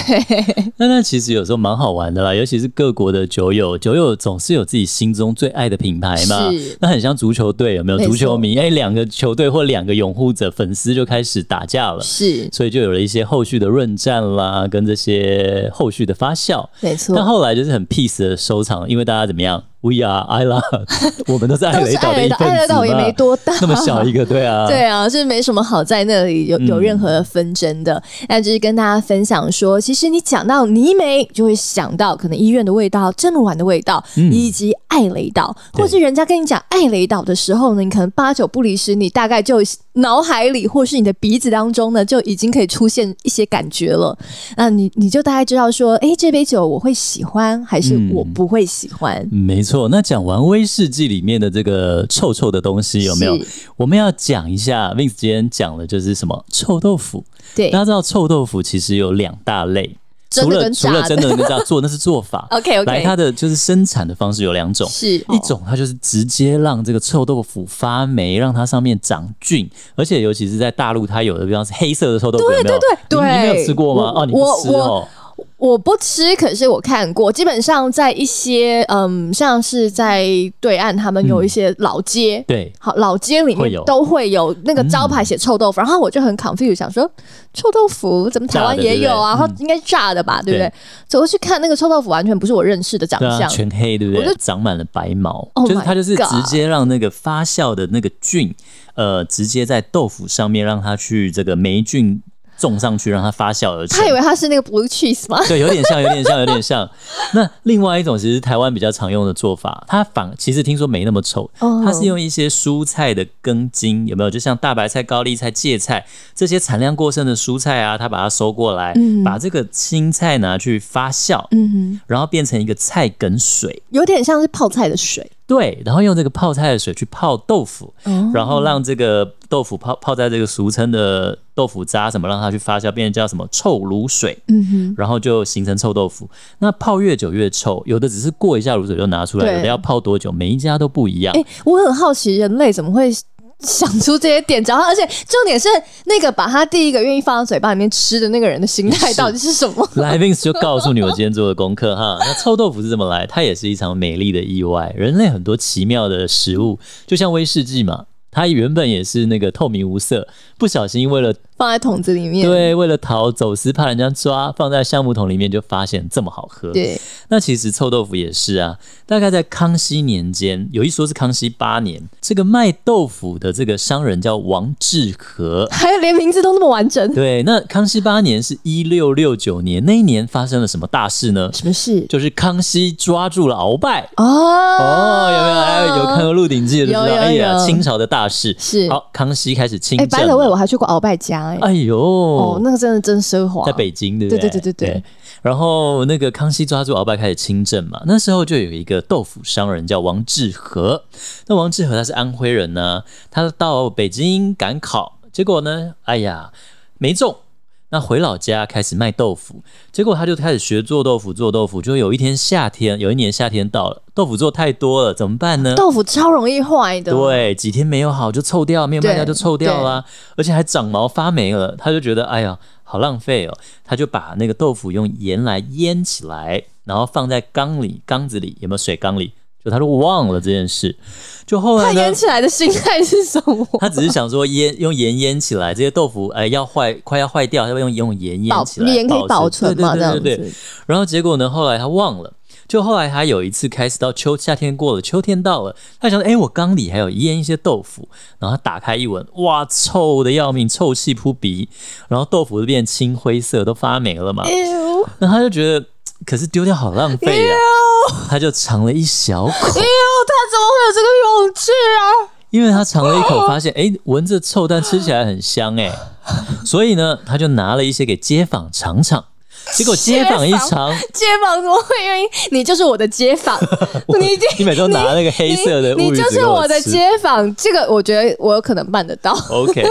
B: 那那其实有时候蛮好玩的啦，尤其是各国的酒友，酒友总是有自己心中最爱的品牌嘛
C: 是。
B: 那很像足球队，有没有？
C: 没错
B: 足球迷哎，两个球队或两个拥护者粉丝就开始打架了，
C: 是
B: 所以就有了一些后续的论战啦，跟这些后续的发酵。
C: 没错
B: 但，后来就是很 peace 的收场，因为大家怎么样？We are I love，我 们都是艾
C: 都
B: 雷
C: 是
B: 岛
C: 爱
B: 的一
C: 雷岛，
B: 份子嘛。
C: 爱雷岛也没多大，
B: 那么小一个，对啊，
C: 对啊，就是没什么好在那里
B: 嗯
C: 有有任何的纷争的。那、就是跟大家分享说，其实你讲到泥煤，就会想到可能医院的味
B: 嗯
C: 道、蒸鹿丸的味道，以及艾雷岛，
B: 对
C: 或是人家跟你讲艾雷岛的时候呢，你可能八九不离十，你大概就脑海里或是你的鼻子当中呢，就已经可以出现一些感觉了。那你你就大概知道说，哎，这杯酒我会喜欢，还是我
B: 嗯
C: 不会喜欢？
B: 没错，那讲完威士忌里面的这个臭臭的东西有没有？
C: 是？
B: 我们要讲一下，Vince 今天讲的就是什么臭豆腐。
C: 对
B: 大，家知道臭豆腐其实有两大类，
C: 真
B: 除
C: 的
B: 了
C: 跟
B: 除
C: 假
B: 了真
C: 的。
B: 的跟大家做，那 是做法。
C: OK
B: 来，
C: OK，
B: 它的就是生产的方式有两种，
C: 是
B: 一种它就是直接让这个臭豆腐发霉，让它上面长菌，而且尤其是在大陆，它有的地方是黑色的臭豆腐，对
C: 对对
B: 你你没有
C: 对
B: 吃过吗？
C: 我
B: 哦，你不吃
C: 我
B: 哦，
C: 我不吃，可是我看过，基本上在一些嗯，像是在对岸，他们有一些老街，
B: 对，
C: 好老街里
B: 嗯会
C: 面
B: 有嗯
C: 都会有那个招牌写臭豆腐，然后我就很 confused，想说臭豆腐怎么台湾
B: 炸的
C: 也有啊？然
B: 对不
C: 后
B: 对嗯
C: 应该炸的吧，对不对
B: 对？
C: 走过去看那个臭豆腐，完全不是我认识的长
B: 对啊，
C: 相。
B: 全黑，对不
C: 我
B: 对
C: 就？
B: 长满了白毛
C: Oh
B: 就是它
C: my
B: 就是
C: God
B: 直接让那个发酵的那个菌，呃，直接在豆腐上面让它去这个霉菌种上去，让它发酵而成。
C: 他以为他是那个 blue cheese 吗？
B: 对，有点像，有点像，有点像。那另外一种其实台湾比较常用的做法，它反其实听说没那么臭，
C: 哦
B: 它是用一些蔬菜的根茎，有没有？就像大白菜、高丽菜、芥菜这些产量过剩的蔬菜啊，它把它收过来，把这个青菜拿去发酵，
C: 嗯，
B: 然后变成一个菜梗水。
C: 有点像是泡菜的水。
B: 对，然后用这个泡菜的水去泡豆腐，
C: 哦
B: 然后让这个豆腐泡泡在这个俗称的豆腐渣什么，让它去发酵，变成叫什么臭卤水，
C: 嗯哼，
B: 然后就形成臭豆腐。那泡越久越臭，有的只是过一下卤水就拿出来，
C: 对
B: 有的要泡多久，每一家都不一样。
C: 哎、我很好奇人类怎么会。想出这些点招，而且重点是那个把他第一个愿意放到嘴巴里面吃的那个人的心态
B: 是
C: 到底是什么？
B: l i v i n s 就告诉你我今天做的功课哈。 那臭豆腐是怎么来？它也是一场美丽的意外。人类很多奇妙的食物，就像威士忌嘛，它原本也是那个透明无色，不小心为了
C: 放在桶子里面，
B: 对，为了逃走私，怕人家抓，放在橡木桶里面就发现这么好喝。，
C: 对，
B: 那其实臭豆腐也是啊。大概在康熙年间，有一说是康熙八年，这个卖豆腐的这个商人叫王致和。
C: 还有连名字都那么完整，
B: 对，那康熙八年是一六六九年，那一年发生了什么大事呢？
C: 什么事？
B: 就是康熙抓住了鳌拜。
C: 哦
B: 哦，有没有？哎，有
C: 有
B: 看过《鹿鼎记》的就知道，
C: 有有
B: 哎呀，
C: 有
B: 清朝的大事
C: 是
B: 好，康熙开始清
C: 哎，
B: 政
C: 白了喂，
B: 了。
C: 我还去过鳌拜家哎、
B: 啊哎呦，
C: 哦，那个真的真奢华，
B: 在北京，对不
C: 对
B: 对
C: 对对对对
B: 然后那个康熙抓住鳌拜开始清政嘛，那时候就有一个豆腐商人叫王致和。那王致和他是安徽人呢，他到北京赶考，结果呢，哎呀，没中。那回老家开始卖豆腐，结果他就开始学做豆腐，做豆腐。就有一天夏天，有一年夏天到了，豆腐做太多了，怎么办呢？
C: 豆腐超容易坏的，，
B: 对，几天没有好就臭掉，没有卖掉
C: 对
B: 就臭掉啦，而且还长毛发霉了，他就觉得哎呀好浪费哦，他就把那个豆腐用盐来腌起来，然后放在缸里，缸子里有没有水缸里？就他就忘了这件事，就后
C: 它
B: 来呢
C: 腌，起来的心态是什么？
B: 他只是想说腌用盐腌起来，这些豆腐哎要坏快要坏掉，要不要用用盐
C: 保
B: 腌起来，
C: 盐可以保
B: 持
C: 存嘛，这
B: 对对
C: 样
B: 对对对
C: 子，
B: 然后结果呢，后来他忘了。就后来他有一次开始到秋夏天过了，秋天到了，他想说，哎、我缸里还有腌一些豆腐，然后他打开一闻，哇，臭的要命，臭气扑鼻，然后豆腐都变青灰色，都发霉 了嘛。
C: 哎呦，哎
B: 那他就觉得，嘖可是丢掉好浪费呀、他就尝了一小
C: 哎
B: 口，
C: 呦，他怎么会有这个勇气啊？
B: 因为他尝了一口，发现哎，诶闻着臭，但吃起来很香哎、 所以呢，他就拿了一些给街坊尝尝，结果街坊一
C: 街坊
B: 尝，
C: 街坊怎么会愿意？你就是我的街 坊，你一定
B: 你每次都拿那个黑色的
C: 你
B: 乌
C: 你
B: 鱼子
C: 就
B: 给
C: 是我的
B: 吃
C: 街坊，这个我觉得我有可能办得到。
B: OK，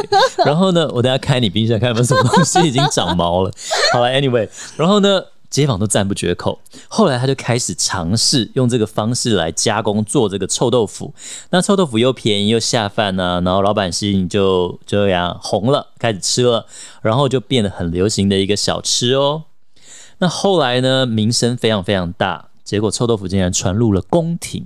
B: 然后呢，我等下开你冰箱看有没有什么东西已经长毛了。 好了，Anyway，然后呢，街坊都赞不绝口。后来他就开始尝试用这个方式来加工做这个臭豆腐。那臭豆腐又便宜又下饭呢、然后老板吸引就就这样红了，开始吃了，然后就变得很流行的一个小吃哦。那后来呢，名声非常非常大，结果臭豆腐竟然传入了宫廷。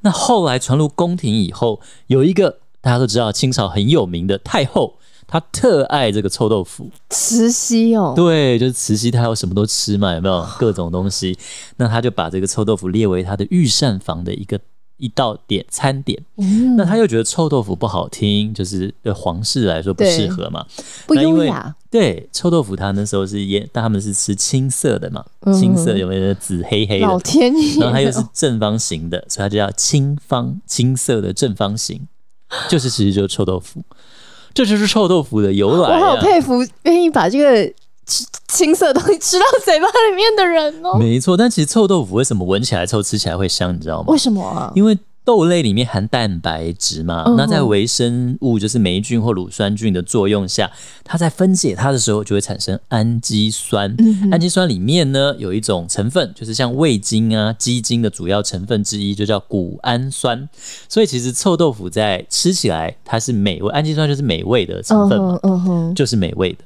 B: 那后来传入宫廷以后，有一个大家都知道清朝很有名的太后，她特爱这个臭豆腐。
C: 慈禧哦，
B: 对，就是慈禧太后什么都吃嘛，有没 有各种东西？那她就把这个臭豆腐列为她的御膳房的一个。一道点餐点，
C: 嗯
B: 那她又觉得臭豆腐不好听，就是对皇室来说不适合嘛。
C: 嗯不
B: 那因
C: 优
B: 为
C: 雅。
B: 对，臭豆腐它那时候是腌，但他们是吃青色的嘛，
C: 嗯
B: 青色有没有紫黑黑的？
C: 老天爷
B: 然后它又是正方形的，所以它就叫青方，青色的正方形，就是其实就是臭豆腐，这就是臭豆腐的由来、
C: 我好
B: 啊。
C: 佩服愿意把这个吃青色的东西吃到嘴巴里面的人哦。
B: 没错，但其实臭豆腐为什么闻起来臭，吃起来会香，你知道吗
C: 为？什么啊？
B: 因为豆类里面含蛋白质嘛，
C: 嗯
B: 那在微生物就是霉菌或乳酸菌的作用下，它在分解它的时候就会产生氨基酸。
C: 嗯
B: 氨基酸里面呢有一种成分，就是像味精啊、鸡精的主要成分之一，就叫谷氨酸。所以其实臭豆腐在吃起来它是美味，氨基酸就是美味的成分嘛，
C: 嗯哼，
B: 就是美味的。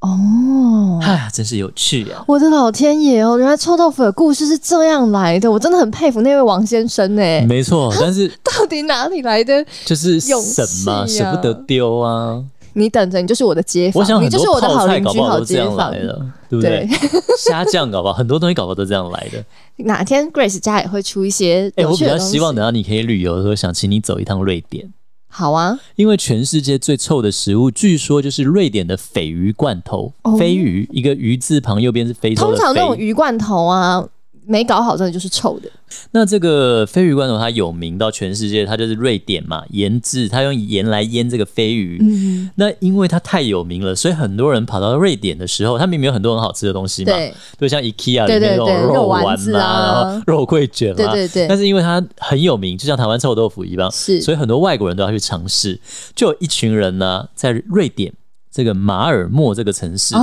C: 哦，
B: 哎，真是有趣呀、
C: 我的老天爷哦，原来臭豆腐的故事是这样来的，我真的很佩服那位王先生哎、
B: 没错，但是
C: 到底哪里来的？
B: 就是
C: 勇
B: 省嘛，
C: 气
B: 舍不
C: 啊
B: 得丢啊。
C: 你等着，你就是我的街坊，
B: 我想
C: 你
B: 很
C: 就是
B: 多
C: 我的好
B: 泡菜
C: 邻
B: 搞
C: 居、
B: 不好
C: 好
B: 都这
C: 街
B: 样
C: 坊
B: 来。的，对不对？ 虾酱搞不好很多东西搞不好都这样来的。
C: 哪天 Grace 家也会出一些
B: 哎、
C: 有
B: 我比
C: 趣的
B: 较
C: 东西。
B: 希望等到你可以旅游的时候，想请你走一趟瑞典。
C: 好啊，
B: 因为全世界最臭的食物，据说就是瑞典的鲱鱼罐头。
C: 哦
B: 鲱鱼，一个鱼字旁，右边是非洲
C: 通
B: 的
C: 常那种
B: 鲱。
C: 鱼罐头啊，没搞好真的就是臭的。
B: 那这个鲱鱼罐头它有名到全世界，它就是瑞典嘛，腌制，它用盐来腌这个鲱鱼。
C: 嗯，
B: 那因为它太有名了，所以很多人跑到瑞典的时候，它明明有很多很好吃的东西嘛，
C: 对
B: 就像 IKEA 里
C: 对对
B: 面那种
C: 对肉
B: 肉
C: 丸
B: 丸
C: 子
B: 啦，
C: 啊
B: 然后肉桂卷啦，
C: 对对对
B: 但是因为它很有名，就像台湾臭豆腐一样，
C: 是
B: 所以很多外国人都要去尝试。就有一群人呢，在瑞典这个马尔默这个城市，
C: 哦，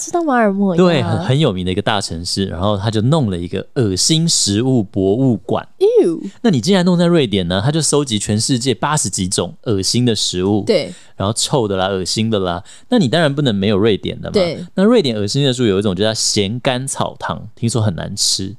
C: 知道马尔默呀
B: 对， 很很有名的一个大城市，然后他就弄了一个恶心食物博物馆。
C: Ew
B: 那你既然弄在瑞典呢，他就收集全世界八十几种恶心的食物，
C: 对
B: 然后臭的啦、恶心的啦，那你当然不能没有瑞典的嘛。
C: 对，
B: 那瑞典恶心的树有一种就叫咸甘草糖，听说很难吃，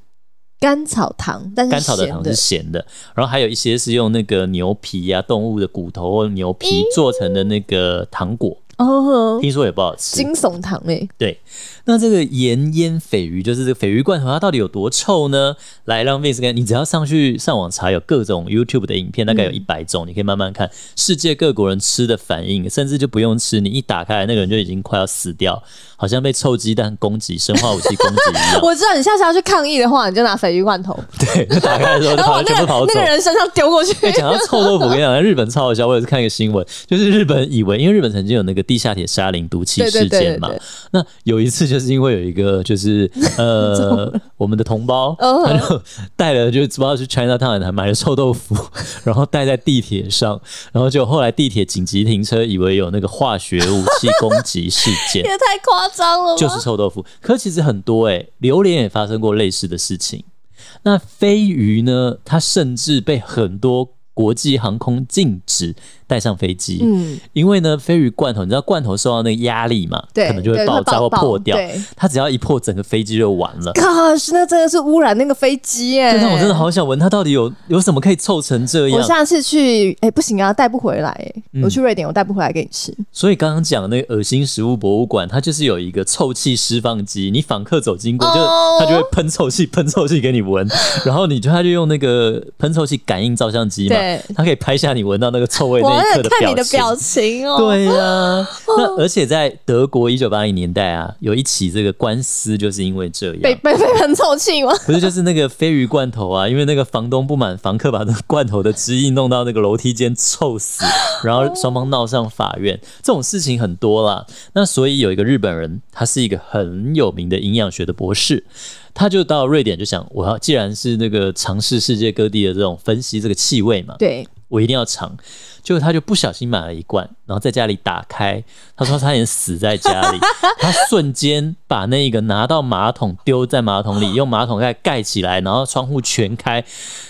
C: 甘草糖，但是
B: 甘草的
C: 咸
B: 糖是咸的。然后还有一些是用那个牛皮啊、动物的骨头或牛皮做成的那个糖果，
C: 哦，
B: 听说也不好吃。
C: 惊悚糖哎，
B: 对，那这个盐腌鲱鱼就是这个鲱鱼罐头，它到底有多臭呢？来让 Vince 跟你只要上去上网查，有各种 YouTube 的影片，大概
C: 嗯
B: 有一百种，你可以慢慢看世界各国人吃的反应，甚至就不用吃，你一打开来，那个人就已经快要死掉，好像被臭鸡蛋攻击、生化武器攻击一 样。
C: 我知道你下次要去抗议的话，你就拿鲱鱼罐头，
B: 对，就打开的 时候就
C: 然后
B: 跑，
C: 往那
B: 全部跑
C: 个哦
B: 走
C: 那。个人身上丢过去。
B: 哎，讲到臭豆腐，我跟你讲，日本超好笑。我也是看一个新闻，就是日本以为，因为日本曾经有那个地下铁沙林毒气
C: 对对
B: 事
C: 对对
B: 件嘛，
C: 对，
B: 那有一次就是因为有一 个就是呃我们的同胞，
C: 嗯
B: 他就带了就是不知道去 China Town 买了臭豆腐，然后带在地铁上，然后就后来地铁紧急停车，以为有那个化学武器攻击事件，
C: 也太夸张了吧？
B: 就是臭豆腐。可其实很多诶、欸榴莲也发生过类似的事情。那飞鱼呢，它甚至被很多国际航空禁止带上飞机。
C: 嗯，
B: 因为呢，鲱鱼罐头，你知道罐头受到那个压力嘛，
C: 对
B: 可能就
C: 对
B: 会爆炸
C: 会
B: 或
C: 爆
B: 破掉
C: 对。
B: 它只要一破，整个飞机就完了。
C: gosh，那真的是污染那个飞机欸耶！
B: 对，但我真的好想闻它到底有有什么可以臭成这
C: 我
B: 样。啊嗯
C: 下次去，哎、不行啊，带不回来、哎我去瑞典，我带不回来给你吃。
B: 所以刚刚讲的那个恶心食物博物馆，它就是有一个臭气释放机，你访客走经过，就
C: 哦
B: 它就会喷臭气，喷臭气给你 闻，然后你就它就用那个喷臭气感应照相机嘛
C: 对，
B: 它可以拍下你闻到那个臭味
C: 我
B: 那
C: 在
B: 一刻的
C: 看你的
B: 情
C: 表。情哦、，
B: 对呀、那而且在德国一九八零年代啊，有一起这个官司就是因为这
C: 被
B: 样。
C: 被被很臭气 吗？
B: 不是，就是那个鲱鱼罐头啊，因为那个房东不满房客把那个罐头的汁液弄到那个楼梯间臭死，然后双方闹上法院，这种事情很多啦。那所以有一个日本人，他是一个很有名的营养学的博士，他就到瑞典就想，我要既然是那个尝试世界各地的这种分析这个气味嘛，
C: 对，
B: 我一定要尝。结果他就不小心买了一罐，然后在家里打开，他说他差点死在 家里，他瞬间把那个拿到马桶丢在马桶里，用马桶盖盖起来，然后窗户全开，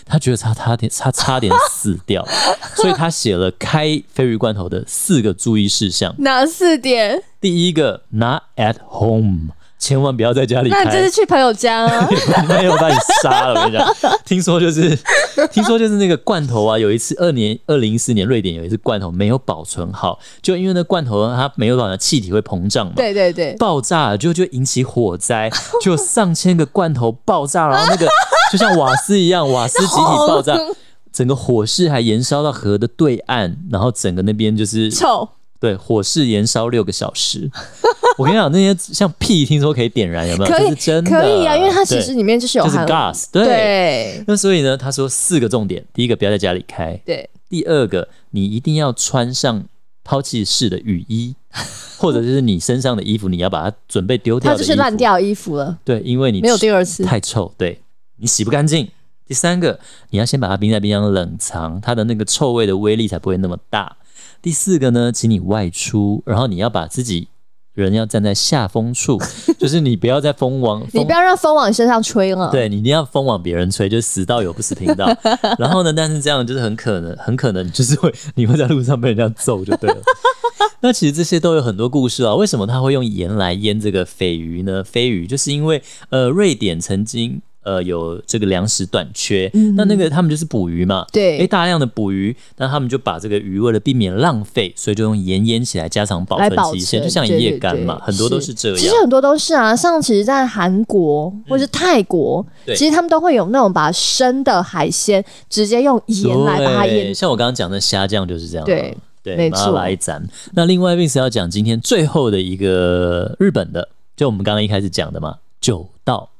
B: 他觉得他差点他差点死 掉，所以他写了开鲱鱼罐头的四个注意事项。
C: 哪四点？
B: 第一个，not at home，千万不要在家里
C: 那
B: 开。。
C: 你就是去朋友家啊
B: 没有把你杀了，我跟你讲。听说就是，听说就是那个罐头啊，有一次二年二零一四年瑞典有一次罐头没有保存好，就因为那罐头它没有保存好，气体会膨胀嘛。
C: 对对对，
B: 爆炸了，就就引起火灾，就上千个罐头爆炸，然后那个 就像瓦斯一样，瓦斯集体 爆炸，整个火势还延烧到河的对岸，然后整个那边就是
C: 臭。
B: 对，火势延烧六个小时。我跟你讲，那些像屁，听说可以点燃，有没有？
C: 可
B: 这
C: 以
B: 是真的，
C: 可以啊，因为它其实
B: 对
C: 里面就是有
B: 就是
C: 含
B: gas，对。
C: 对
B: 那所以呢，他说四个重点：第一个，不要在家里开；
C: 对
B: 第二个，你一定要穿上抛弃式的雨衣， 或者就是你身上的衣服，你要把它准备丢掉
C: 它
B: 的
C: 就是
B: 衣服
C: 烂。掉衣服了，
B: 对，因为你
C: 没有第二次。
B: 太臭，对你洗不干净。第三个，你要先把它冰在冰箱冷藏，它的那个臭味的威力才不会那么大。第四个呢，请你外出，然后你要把自己人要站在下 风处，就是你不要在风往，
C: 你
B: 风
C: 不要让风往身上吹了。
B: 对你一定要风往别人吹，就是死道友不死贫 道。然后呢，但是这样就是很可能，很可能就是会你会在路上被人家揍就对了。 那其实这些都有很多故事啊。为什么他会用盐来腌这个鲱鱼呢？鲱鱼就是因为呃，瑞典曾经。呃，有这个粮食短缺，那那个他们就是捕鱼嘛，
C: 嗯对
B: 诶，大量的捕鱼，那他们就把这个鱼为了避免浪费，所以就用盐腌起来加长保
C: 来
B: 存
C: 保
B: 期限，
C: 存
B: 就像一
C: 对
B: 夜
C: 对
B: 干
C: 对
B: 嘛，很多都
C: 是
B: 是这样。嗯
C: 其实很多都是啊，像其实，在韩国或是泰国，
B: 对
C: 其实他们都会有那种把生的海鲜直接用盐来把它
B: 对
C: 腌。
B: 像我刚刚讲的虾酱就是这样啊。
C: 对
B: 对，
C: 没
B: 马
C: 错
B: 来咱。那另外 Vince 要讲今天最后的一个日本的，就我们刚刚一开始讲的嘛，酒道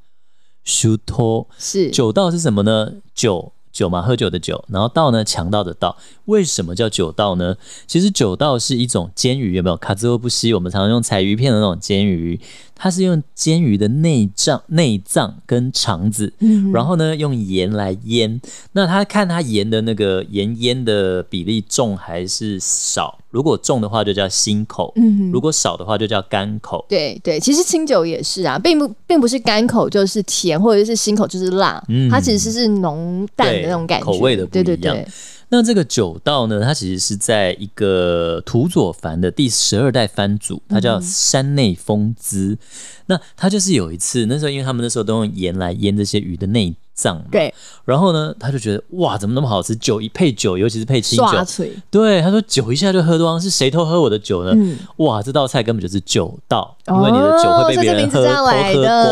B: s h u t o
C: 是
B: 酒道是什么呢？酒酒嘛，喝酒的酒，然后道呢，强盗的盗。为什么叫酒道呢？其实酒道是一种煎鱼，有没有？卡兹欧布西，我们常常用柴鱼片的那种煎鱼，它是用煎鱼的内脏、内脏跟肠子，然后呢用盐来腌。那他看他盐的那个盐腌的比例重还是少，如果重的话就叫新口，
C: 嗯
B: 如果少的话就叫干口。
C: 对对，其实清酒也是啊，并不并不是干口就是甜，或者是新口就是辣，
B: 嗯
C: 它其实是浓淡的那种感觉，
B: 对口味的不一
C: 对
B: 样
C: 对对，
B: 那这个酒道呢，它其实是在一个土佐藩的第十二代藩主，
C: 嗯
B: 他叫山内丰资。那他就是有一次，那时候因为他们那时候都用盐来腌这些鱼的内脏嘛，
C: 对。
B: 然后呢，他就觉得哇，怎么那么好吃？酒一配酒，尤其是配清
C: 刷
B: 酒，
C: 嘴，
B: 对，他说酒一下就喝光，是谁偷喝我的酒呢？
C: 嗯
B: 哇，这道菜根本就是酒道，因为你的酒会
C: 哦所
B: 被
C: 以
B: 别
C: 这
B: 人
C: 名
B: 喝、
C: 字这样来
B: 偷喝光。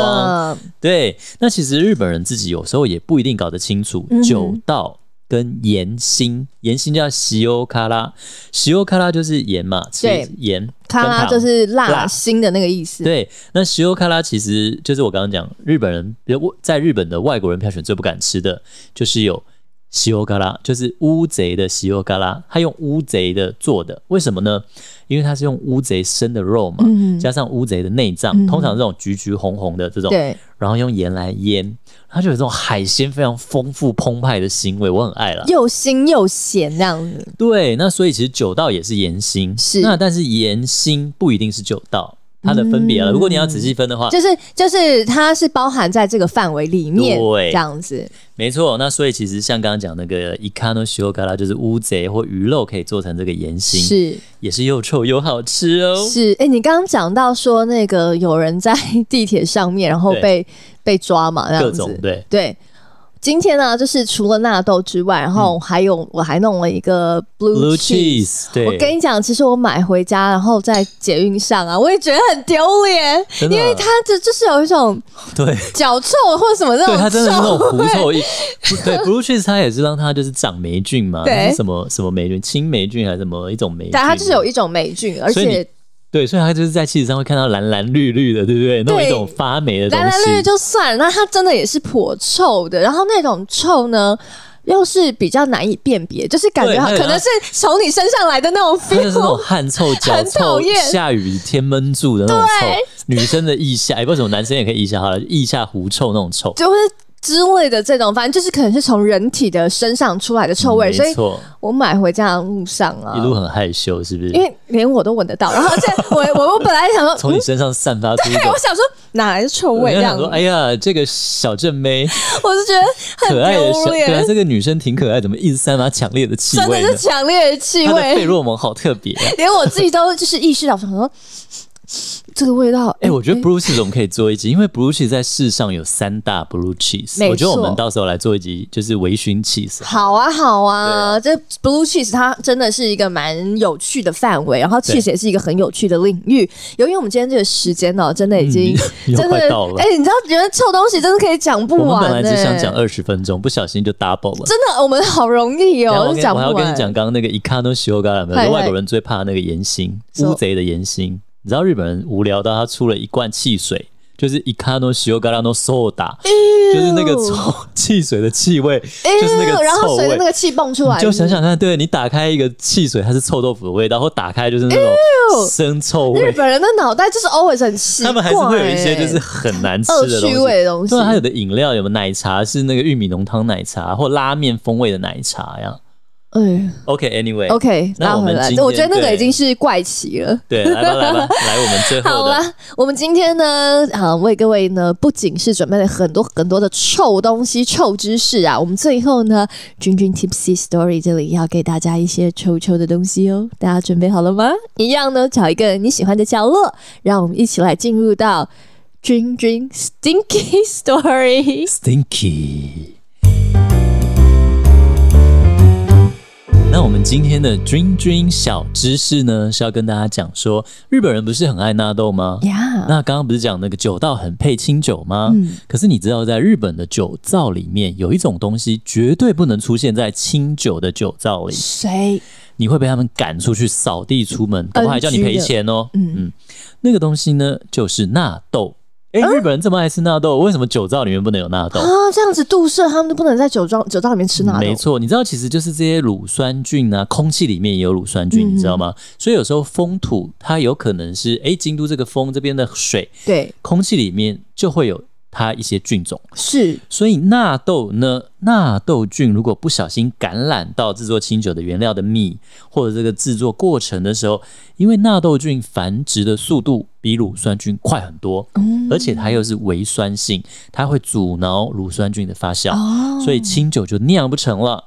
C: 的，
B: 对，那其实日本人自己有时候也不一定搞得清楚、
C: 嗯哼
B: 酒道跟盐辛，盐辛叫西欧卡拉，西欧卡拉就是盐嘛，吃
C: 对
B: 盐跟
C: 它
B: 糖
C: 就是
B: 辣
C: 辣心的那个意思。
B: 对。那西欧卡拉其实就是我刚刚讲，日本人比如在日本的外国人票选最不敢吃的就是有。西欧嘎拉就是乌贼的西欧嘎拉，它用乌贼的做的，为什么呢？因为它是用乌贼生的肉嘛，
C: 嗯
B: 加上乌贼的内脏，通常这种橘橘红红的这种，
C: 对，
B: 然后用盐来腌，它就有这种海鲜非常丰富澎湃的腥味，我很爱啦。
C: 又腥又咸这样子。
B: 对，那所以其实酒道也是盐腥，
C: 是
B: 那但是盐腥不一定是酒道，它的分
C: 嗯
B: 别了。啊如果你要仔细分的话，
C: 就是就是它是包含在这个范围里面，
B: 对
C: 这样子。
B: 没错。那所以其实像刚刚讲那个伊卡诺西欧嘎拉，就是乌贼或鱼肉可以做成这个盐腥，
C: 是
B: 也是又臭又好吃哦。
C: 是，哎、你刚刚讲到说那个有人在地铁上面，然后
B: 对
C: 被被抓嘛，这
B: 各
C: 样
B: 种
C: 子。
B: 对，
C: 对，今天呢，就是除了纳豆之外，然后还有、我还弄了一个 blue
B: 嗯 blue
C: cheese。
B: cheese，对，
C: 我跟你讲，其实我买回家，然后在捷运上啊，我也觉得很丢脸，
B: 真的啊
C: 因为它这就是有一种
B: 对。
C: 脚臭或什么那种
B: 对，它真的是那 种狐
C: 味
B: 臭一，不对，blue cheese 它也是让它就是长霉菌嘛，
C: 对
B: 那是什么什么霉菌，青霉菌还是什么一种霉菌？
C: 对，它就是有一种霉菌，而
B: 所以你
C: 且
B: 对，所以它就是在 cheese 上会看到蓝蓝绿绿的，对不对？那种
C: 对
B: 一种发霉的东西，
C: 蓝蓝绿绿就算了，那它真的也是颇臭的。然后那种臭呢，又是比较难以辨别，就是感
B: 对
C: 觉好
B: 它有
C: 可能是从你身上来的那种
B: 它 就是那种
C: feel。
B: 汗臭、脚
C: 很
B: 臭
C: 讨、厌
B: 下雨天闷住的那种臭，女生的腋下，也哎不知道为什么男生也可以腋下，好了，腋下狐臭那种臭，
C: 就是之类的这种，反正就是可能是从人体的身上出来的臭味，所
B: 嗯没
C: 以
B: 错，
C: 我买回家的路上啊
B: 一，路很害羞，是不是
C: 因？为连我都闻得到， 然后而且我我我本来想说，
B: 从你身上散发出一
C: 哎，
B: 种
C: 我，想说哪来的臭
B: 我
C: 味这
B: 就
C: 样
B: 想
C: 子
B: 说，，哎呀，这个小正妹
C: 我是觉得
B: 可
C: 很
B: 爱的小，
C: 丢
B: 对啊，
C: 脸，
B: 这个女生挺可爱，怎么一直散发强烈的气
C: 真的
B: 味呢
C: 是？强烈的气
B: 她的费
C: 味，嗯
B: 洛蒙好特别啊。
C: 连我自己都就是意识到，想说 这个味道，
B: 哎、我觉得 blue cheese 我们可以做一集，因为 blue cheese 在世上有三大 blue cheese，
C: 没
B: 我觉得我们
C: 错
B: 到时候来做一集就是微醺 cheese。
C: 好啊，好啊，
B: 对
C: 这 blue cheese 它真的是一个蛮有趣的范围，然后
B: 对
C: cheese 也是一个很有趣的领域。由于我们今天这个时间呢、真的已经、
B: 嗯 又
C: 真的
B: 快到了
C: 哎、你知道，觉得臭东西真的可以讲不
B: 我们
C: 完、
B: 本
C: 欸。
B: 来只想讲二十分钟，不小心就 double 了。
C: 真的，我们好容易
B: 然后
C: 哦
B: 我，
C: 就
B: 跟
C: 讲
B: 我
C: 不
B: 还
C: 完。
B: 要跟 你讲，刚刚那个 ikano shioga 有没有？
C: 嗨
B: 就
C: 嗨
B: 外国人最怕那个盐辛，
C: So-
B: 乌贼的盐辛。你知道日本人无聊到他出了一罐汽水，就是 ikano shioga no soda，就是那个臭汽水的气味，就是那
C: 哎呦然
B: 个臭
C: 后随着
B: 味
C: 那。个气蹦出来，
B: 你就想想看，对你打开一个汽水，它是臭豆腐的味道，或打开就是那种生臭味
C: 日，本人的脑袋就是 always 很奇怪、
B: 他们还是会有一些就是很难吃
C: 恶
B: 的东
C: 趣
B: 西。
C: 味的东西
B: 对，。啊它有的饮料有奶茶是那个玉米浓汤奶茶或拉面风味的奶茶呀，
C: 哎
B: OK，Anyway，、
C: ，OK，
B: 那
C: 拉
B: 我
C: 回
B: 们
C: 来，
B: 今
C: 这我觉
B: 天
C: 得那个
B: 对
C: 已经是怪奇了。
B: 对，来吧 来吧，来我们最
C: 好啊
B: 后的
C: 啦，我们今天呢，啊，为各位呢，不仅是准备了很多很多的臭东西、臭知识啊，我们最后呢，君君 Tipsy Story 这里要给大家一些臭臭的东西哦，大家准备好了吗？一样呢，找一个你喜欢的角落，让我们一起来进入到君君 Stinky Story。
B: Stinky。那我们今天的 Dream Dream 小知识呢，是要跟大家讲说，日本人不是很爱纳豆吗？
C: 呀，
B: 那刚刚不是讲那个酒道很配清酒吗？
C: 嗯
B: 可是你知道，在日本的酒造里面有一种东西绝对不能出现在清酒的酒造里，
C: 谁？
B: 你会被他们赶出去扫地出门，搞不好还叫你
C: NG 呃的
B: 赔钱哦。
C: 嗯
B: 那个东西呢，就是纳豆。哎、
C: 哦
B: 日本人这么爱吃纳豆，为什么酒造里面不能有纳豆？
C: 啊，这样子杜射，他们都不能在酒庄酒庄里面吃哦纳豆
B: 没。错，你知道其实就是这些乳酸菌啊，空气里面也有乳酸菌，
C: 嗯
B: 你知道吗？所以有时候风土它有可能是，哎、京都这个风这边的水，
C: 对，
B: 空气里面就会有它一些菌种。
C: 是
B: 所以纳豆呢，纳豆菌如果不小心感染到制作清酒的原料的米或者这个制作过程的时候，因为纳豆菌繁殖的速度比乳酸菌快很多，
C: 嗯
B: 而且它又是微酸性，它会阻挠乳酸菌的发酵，
C: 哦
B: 所以清酒就酿不成 了。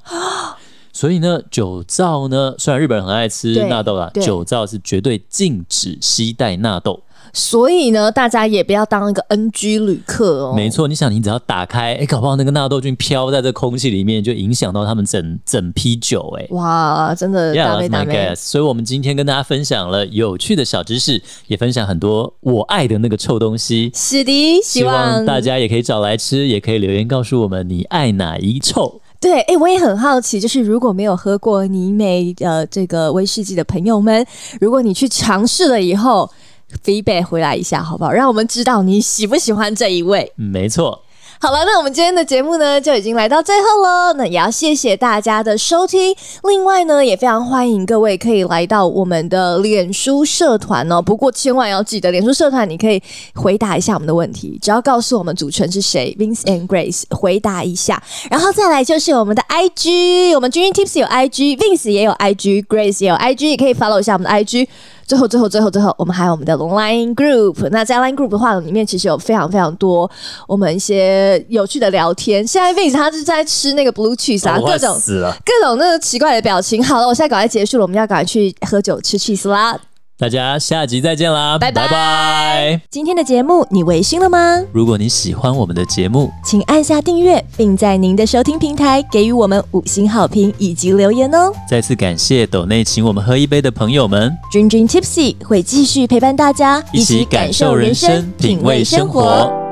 B: 所以呢，酒造呢，虽然日本人很爱吃
C: 对
B: 纳豆啦，
C: 对
B: 酒造是绝对禁止携带纳豆。
C: 所以呢，大家也不要当一个 NG 旅客哦。
B: 没错，你想，你只要打开，哎、搞不好那个纳豆菌飘在这空气里面，就影响到他们整整批酒、哎。
C: 哇，真的
B: Yeah,
C: 大
B: that's
C: 妹大
B: my
C: 妹
B: guess。，所以，我们今天跟大家分享了有趣的小知识，也分享很多我爱的那个臭东西。
C: 是的，希
B: 希望
C: 望
B: 大家也可以找来吃，也可以留言告诉我们你爱哪一臭。
C: 对，哎、我也很好奇，就是如果没有喝过尼美呃这个威士忌的朋友们，如果你去尝试了以后，feedback 回来一下好不好？让我们知道你喜不喜欢这一位。
B: 嗯没错，
C: 好了，那我们今天的节目呢就已经来到最后喽。那也要谢谢大家的收听。另外呢，也非常欢迎各位可以来到我们的脸书社团哦。不过千万要记得，脸书社团你可以回答一下我们的问题，只要告诉我们主持人是谁，Vince and Grace 回答一下。然后再来就是我们的 IG，我们 Green Tips 有 IG，Vince 也有 IG，Grace 也有 IG，也可以 follow 一下我们的 IG。最后，最后，最后，最后，我们还有我们的 Line Group。那在 Line Group 的话，里面其实有非常非常多我们一些有趣的聊天。现在 Vince 他是在吃那个 Blue Cheese 啊，
B: 我
C: 各
B: 快
C: 种
B: 死了。
C: 各种那个奇怪的表情。好了，我现在赶快结束了，我们要赶快去喝酒吃 cheese 啦。
B: 大家下集再见啦，
C: 拜拜
B: 拜拜。
C: 今天的节目你微醺了吗？
B: 如果你喜欢我们的节目，
C: 请按下订阅，并在您的收听平台给予我们五星好评以及留言哦。
B: 再次感谢斗内请我们喝一杯的朋友们。
C: 君君 Tipsy 会继续陪伴大家，
B: 一起感受人生，品味生活。